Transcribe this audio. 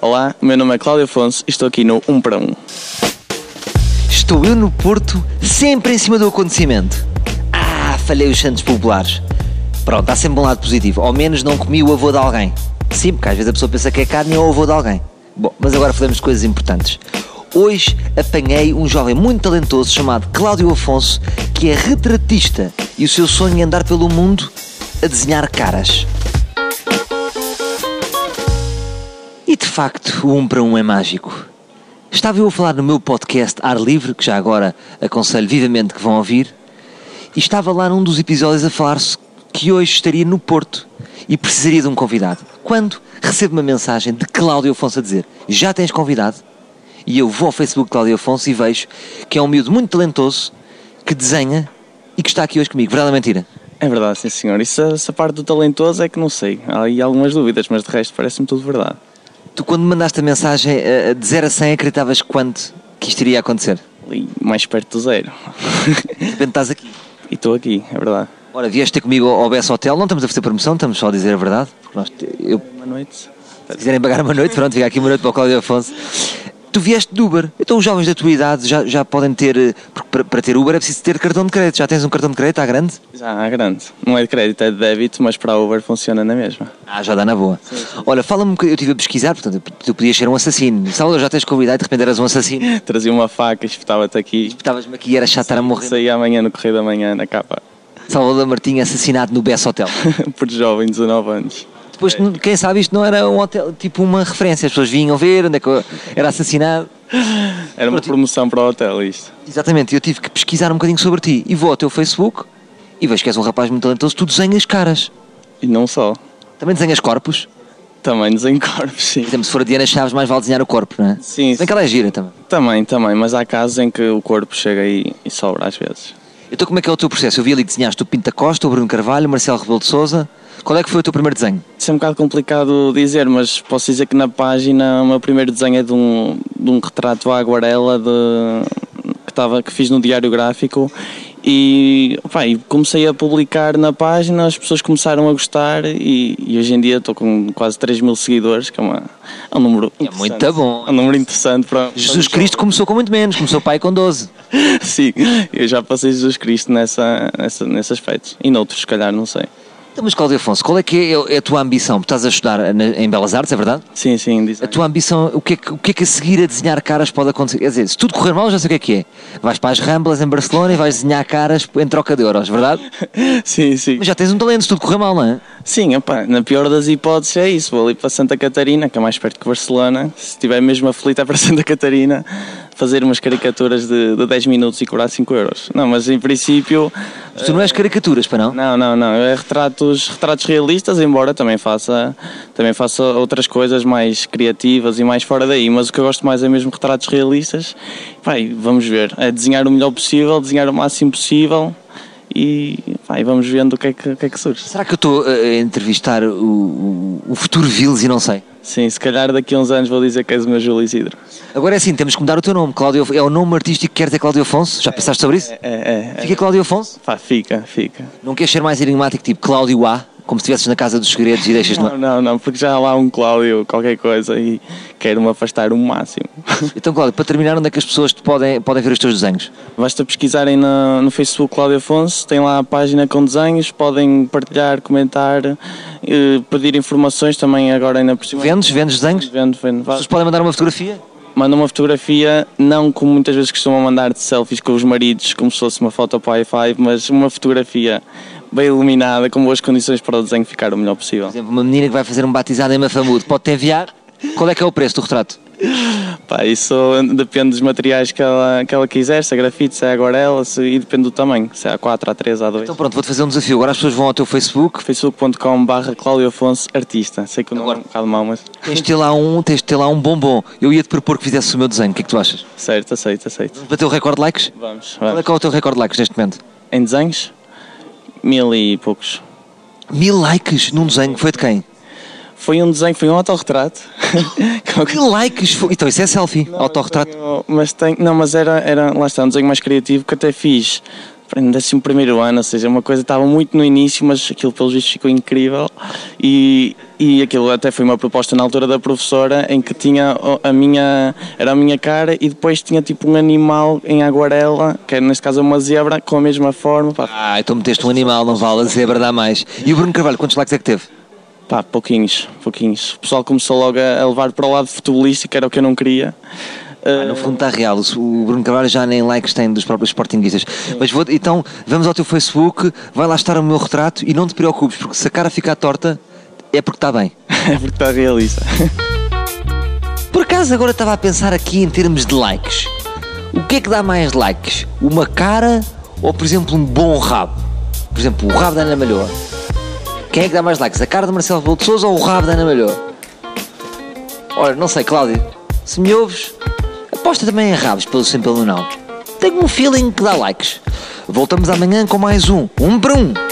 Olá, meu nome é Cláudio Afonso e estou aqui no 1 para 1. Estou eu no Porto, sempre em cima do acontecimento. Ah, falhei os Santos Populares. Pronto, há sempre um lado positivo. Ao menos não comi o avô de alguém. Sim, porque às vezes a pessoa pensa que é carne ou o avô de alguém. Bom, mas agora falamos de coisas importantes. Hoje apanhei um jovem muito talentoso chamado Cláudio Afonso, que é retratista e o seu sonho é andar pelo mundo a desenhar caras. E de facto, o um para um é mágico. Estava eu a falar no meu podcast Ar Livre, que já agora aconselho vivamente que vão ouvir, e estava lá num dos episódios a falar-se que hoje estaria no Porto e precisaria de um convidado. Quando recebo uma mensagem de Cláudio Afonso a dizer: Já tens convidado? E eu vou ao Facebook de Cláudio Afonso e vejo que é um miúdo muito talentoso que desenha e que está aqui hoje comigo. Verdade ou mentira? É verdade, sim senhor. Isso, essa parte do talentoso é que não sei. Há aí algumas dúvidas, mas de resto parece-me tudo verdade. Tu, quando me mandaste a mensagem eh, de 0 a 100, acreditavas quanto que isto iria acontecer? Ali mais perto do zero. De repente estás aqui. e estou aqui, é verdade. Ora, vieste ter comigo ao Bess Hotel, não estamos a fazer promoção, estamos só a dizer a verdade. Porque nós, eu, Boa noite. se quiserem pagar uma noite, pronto, fica aqui uma noite para o Cláudio Afonso. Tu vieste de Uber, então os jovens da tua idade já, já podem ter, eh, porque para, para ter Uber é preciso ter cartão de crédito, já tens um cartão de crédito à grande? Já, à grande. Não é de crédito, é de débito, mas para a Uber funciona na mesma. Ah, já dá na boa. Olha, fala-me, que eu estive a pesquisar, portanto, tu podias ser um assassino. Salvador, já tens convidado e de repente eras um assassino. Trazia uma faca, espetava-te aqui. Estavas-me aqui e era chato, era a morrer. Saí amanhã no Correio da Manhã, na capa. Salvador Martinha assassinado no Bess Hotel. Por jovem, 19 anos. Depois, quem sabe, isto não era um hotel, tipo uma referência. As pessoas vinham ver onde é que eu era assassinado. Era uma Pronto. promoção para o hotel, isto. Exatamente, eu tive que pesquisar um bocadinho sobre ti. E vou ao teu Facebook e vejo que és um rapaz muito talentoso. Tu desenhas caras, E não só. também desenhas corpos. Também desencorpes, sim. Por exemplo, se for a Diana Chaves, mais vale desenhar o corpo, não é? Sim, Bem que ela é gira também. Também, também, mas há casos em que o corpo chega e, e sobra às vezes. Então, como é que é o teu processo? Eu vi ali que desenhaste o Pinta Costa, o Bruno Carvalho, o Marcelo Rebelo de Souza. Qual é que foi o teu primeiro desenho? Isso é um bocado complicado dizer, mas posso dizer que na página o meu primeiro desenho é de um, de um retrato à aguarela de, que, tava, que fiz no diário gráfico e, pá, e comecei a publicar na página, as pessoas começaram a gostar e, e hoje em dia estou com quase 3 mil seguidores, que é, uma, é um número É muito interessante. bom. É um número interessante para Jesus Cristo começou com muito menos, começou pai com 12. Sim, eu já passei Jesus Cristo nessa, nessa, nesse aspecto. E noutros, se calhar, não sei. Então, mas Cláudio Afonso, qual é que é a tua ambição? Estás a estudar na- em Belas Artes, é verdade? Sim, sim, diz. A tua ambição, o que, é que, o que é que a seguir a desenhar caras pode acontecer? Quer dizer, se tudo correr mal, eu já sei o que é que é. Vais para as Ramblas em Barcelona e vais desenhar caras em troca de euros, verdade? Sim, sim. Mas já tens um talento, se tudo correr mal, não é? Sim, opá, na pior das hipóteses é isso. Vou ali para Santa Catarina, que é mais perto que Barcelona. Se estiver mesmo aflito, é para Santa Catarina fazer umas caricaturas de, de 10 minutos e cobrar 5 euros. Não, mas em princípio. Mas Tu não és caricaturas, para não? Não, não, não. É retratos, retratos realistas, embora também faça, também faça outras coisas mais criativas e mais fora daí. Mas o que eu gosto mais é mesmo retratos realistas. Vai, vamos ver. É desenhar o melhor possível, desenhar o máximo possível e vai, vamos vendo o que é que, o que, é que surge. Será que eu estou a a entrevistar o, o- o futuro Vils e não sei? Sim, se calhar daqui a uns anos vou dizer que és o meu Júlio Isidro. Agora é assim, temos que mudar o teu nome. Cláudio, é o nome artístico que queres é Cláudio Afonso? Já pensaste sobre isso? É, é, é. Fica Cláudio Afonso? Pá, fica, fica. Não queres ser mais enigmático, tipo Cláudio A, como se estivesses na casa dos segredos e deixas lá. Não, não, não, porque já há lá um Cláudio qualquer coisa e quero-me afastar o máximo. Então, Cláudio, para terminar, onde é que as pessoas te podem, podem ver os teus desenhos? Basta pesquisarem na- no Facebook Cláudio Afonso, tem lá a página com desenhos, podem partilhar, comentar, eh, pedir informações também agora ainda por cima. Vendes? Vendes desenhos? Vendo, vendo. Vá. As pessoas podem mandar uma fotografia? Manda uma fotografia, não como muitas vezes costumam mandar de selfies com os maridos, como se fosse uma foto para o i5, mas uma fotografia bem iluminada, com boas condições para o desenho ficar o melhor possível. Por exemplo, uma menina que vai fazer um batizado em Mafamudo pode-te enviar? Qual é que é o preço do retrato? Pá, isso depende dos materiais que ela, que ela quiser, se é grafite, se é aguarela, se, e depende do tamanho, se é A4, A3, A2. Então pronto, vou-te fazer um desafio. Agora as pessoas vão ao teu Facebook, facebook.com barra Cláudio Afonso Artista. Sei que o nome é um bocado mau, mas tens de ter lá um, tens de ter lá um bombom. Eu ia-te propor que fizesse o meu desenho, o que é que tu achas? certo, aceito, aceito. Bateu o recorde de likes? Vamos, Qual é, vamos. que é o teu recorde de likes neste momento? Em desenhos, mil e poucos. Mil likes num desenho, foi de quem? Foi um desenho, foi um autorretrato. Com que- Mil likes? Foi... Então isso é selfie, autorretrato. Tenho- Mas tem, não, mas era, era, lá está, um desenho mais criativo que até fiz assim, no 11 é primeiro ano, ou seja, uma coisa que estava muito no início, mas aquilo pelos vistos ficou incrível e e aquilo até foi uma proposta na altura da professora em que tinha o- a minha era a minha cara e depois tinha tipo um animal em aguarela que era, neste caso é uma zebra com a mesma forma pá, Ah, então meteste um animal, não vale a zebra, dá mais. E o Bruno Carvalho, quantos likes é que teve? pá pouquinhos pouquinhos o pessoal começou logo a a levar para o lado futebolístico que era o que eu não queria Ah, no fundo está real, o- o Bruno Carvalho já nem likes tem dos próprios sportinguistas. Mas vou, então, vamos ao teu Facebook, vai lá estar o meu retrato e não te preocupes, porque se a cara ficar torta, é porque está bem. é porque está realista Por acaso agora estava a pensar aqui em termos de likes. O que é que dá mais likes? Uma cara ou, por exemplo, um bom rabo? Por exemplo, o rabo da Ana Malhoa. Quem é que dá mais likes? A cara de Marcelo Rebelo de Sousa ou o rabo da Ana Malhoa? Olha, não sei, Cláudio. Se me ouves, aposta também em rabos, pelo sim, pelo não. Tenho um feeling que dá likes. Voltamos amanhã com mais um. Um para um.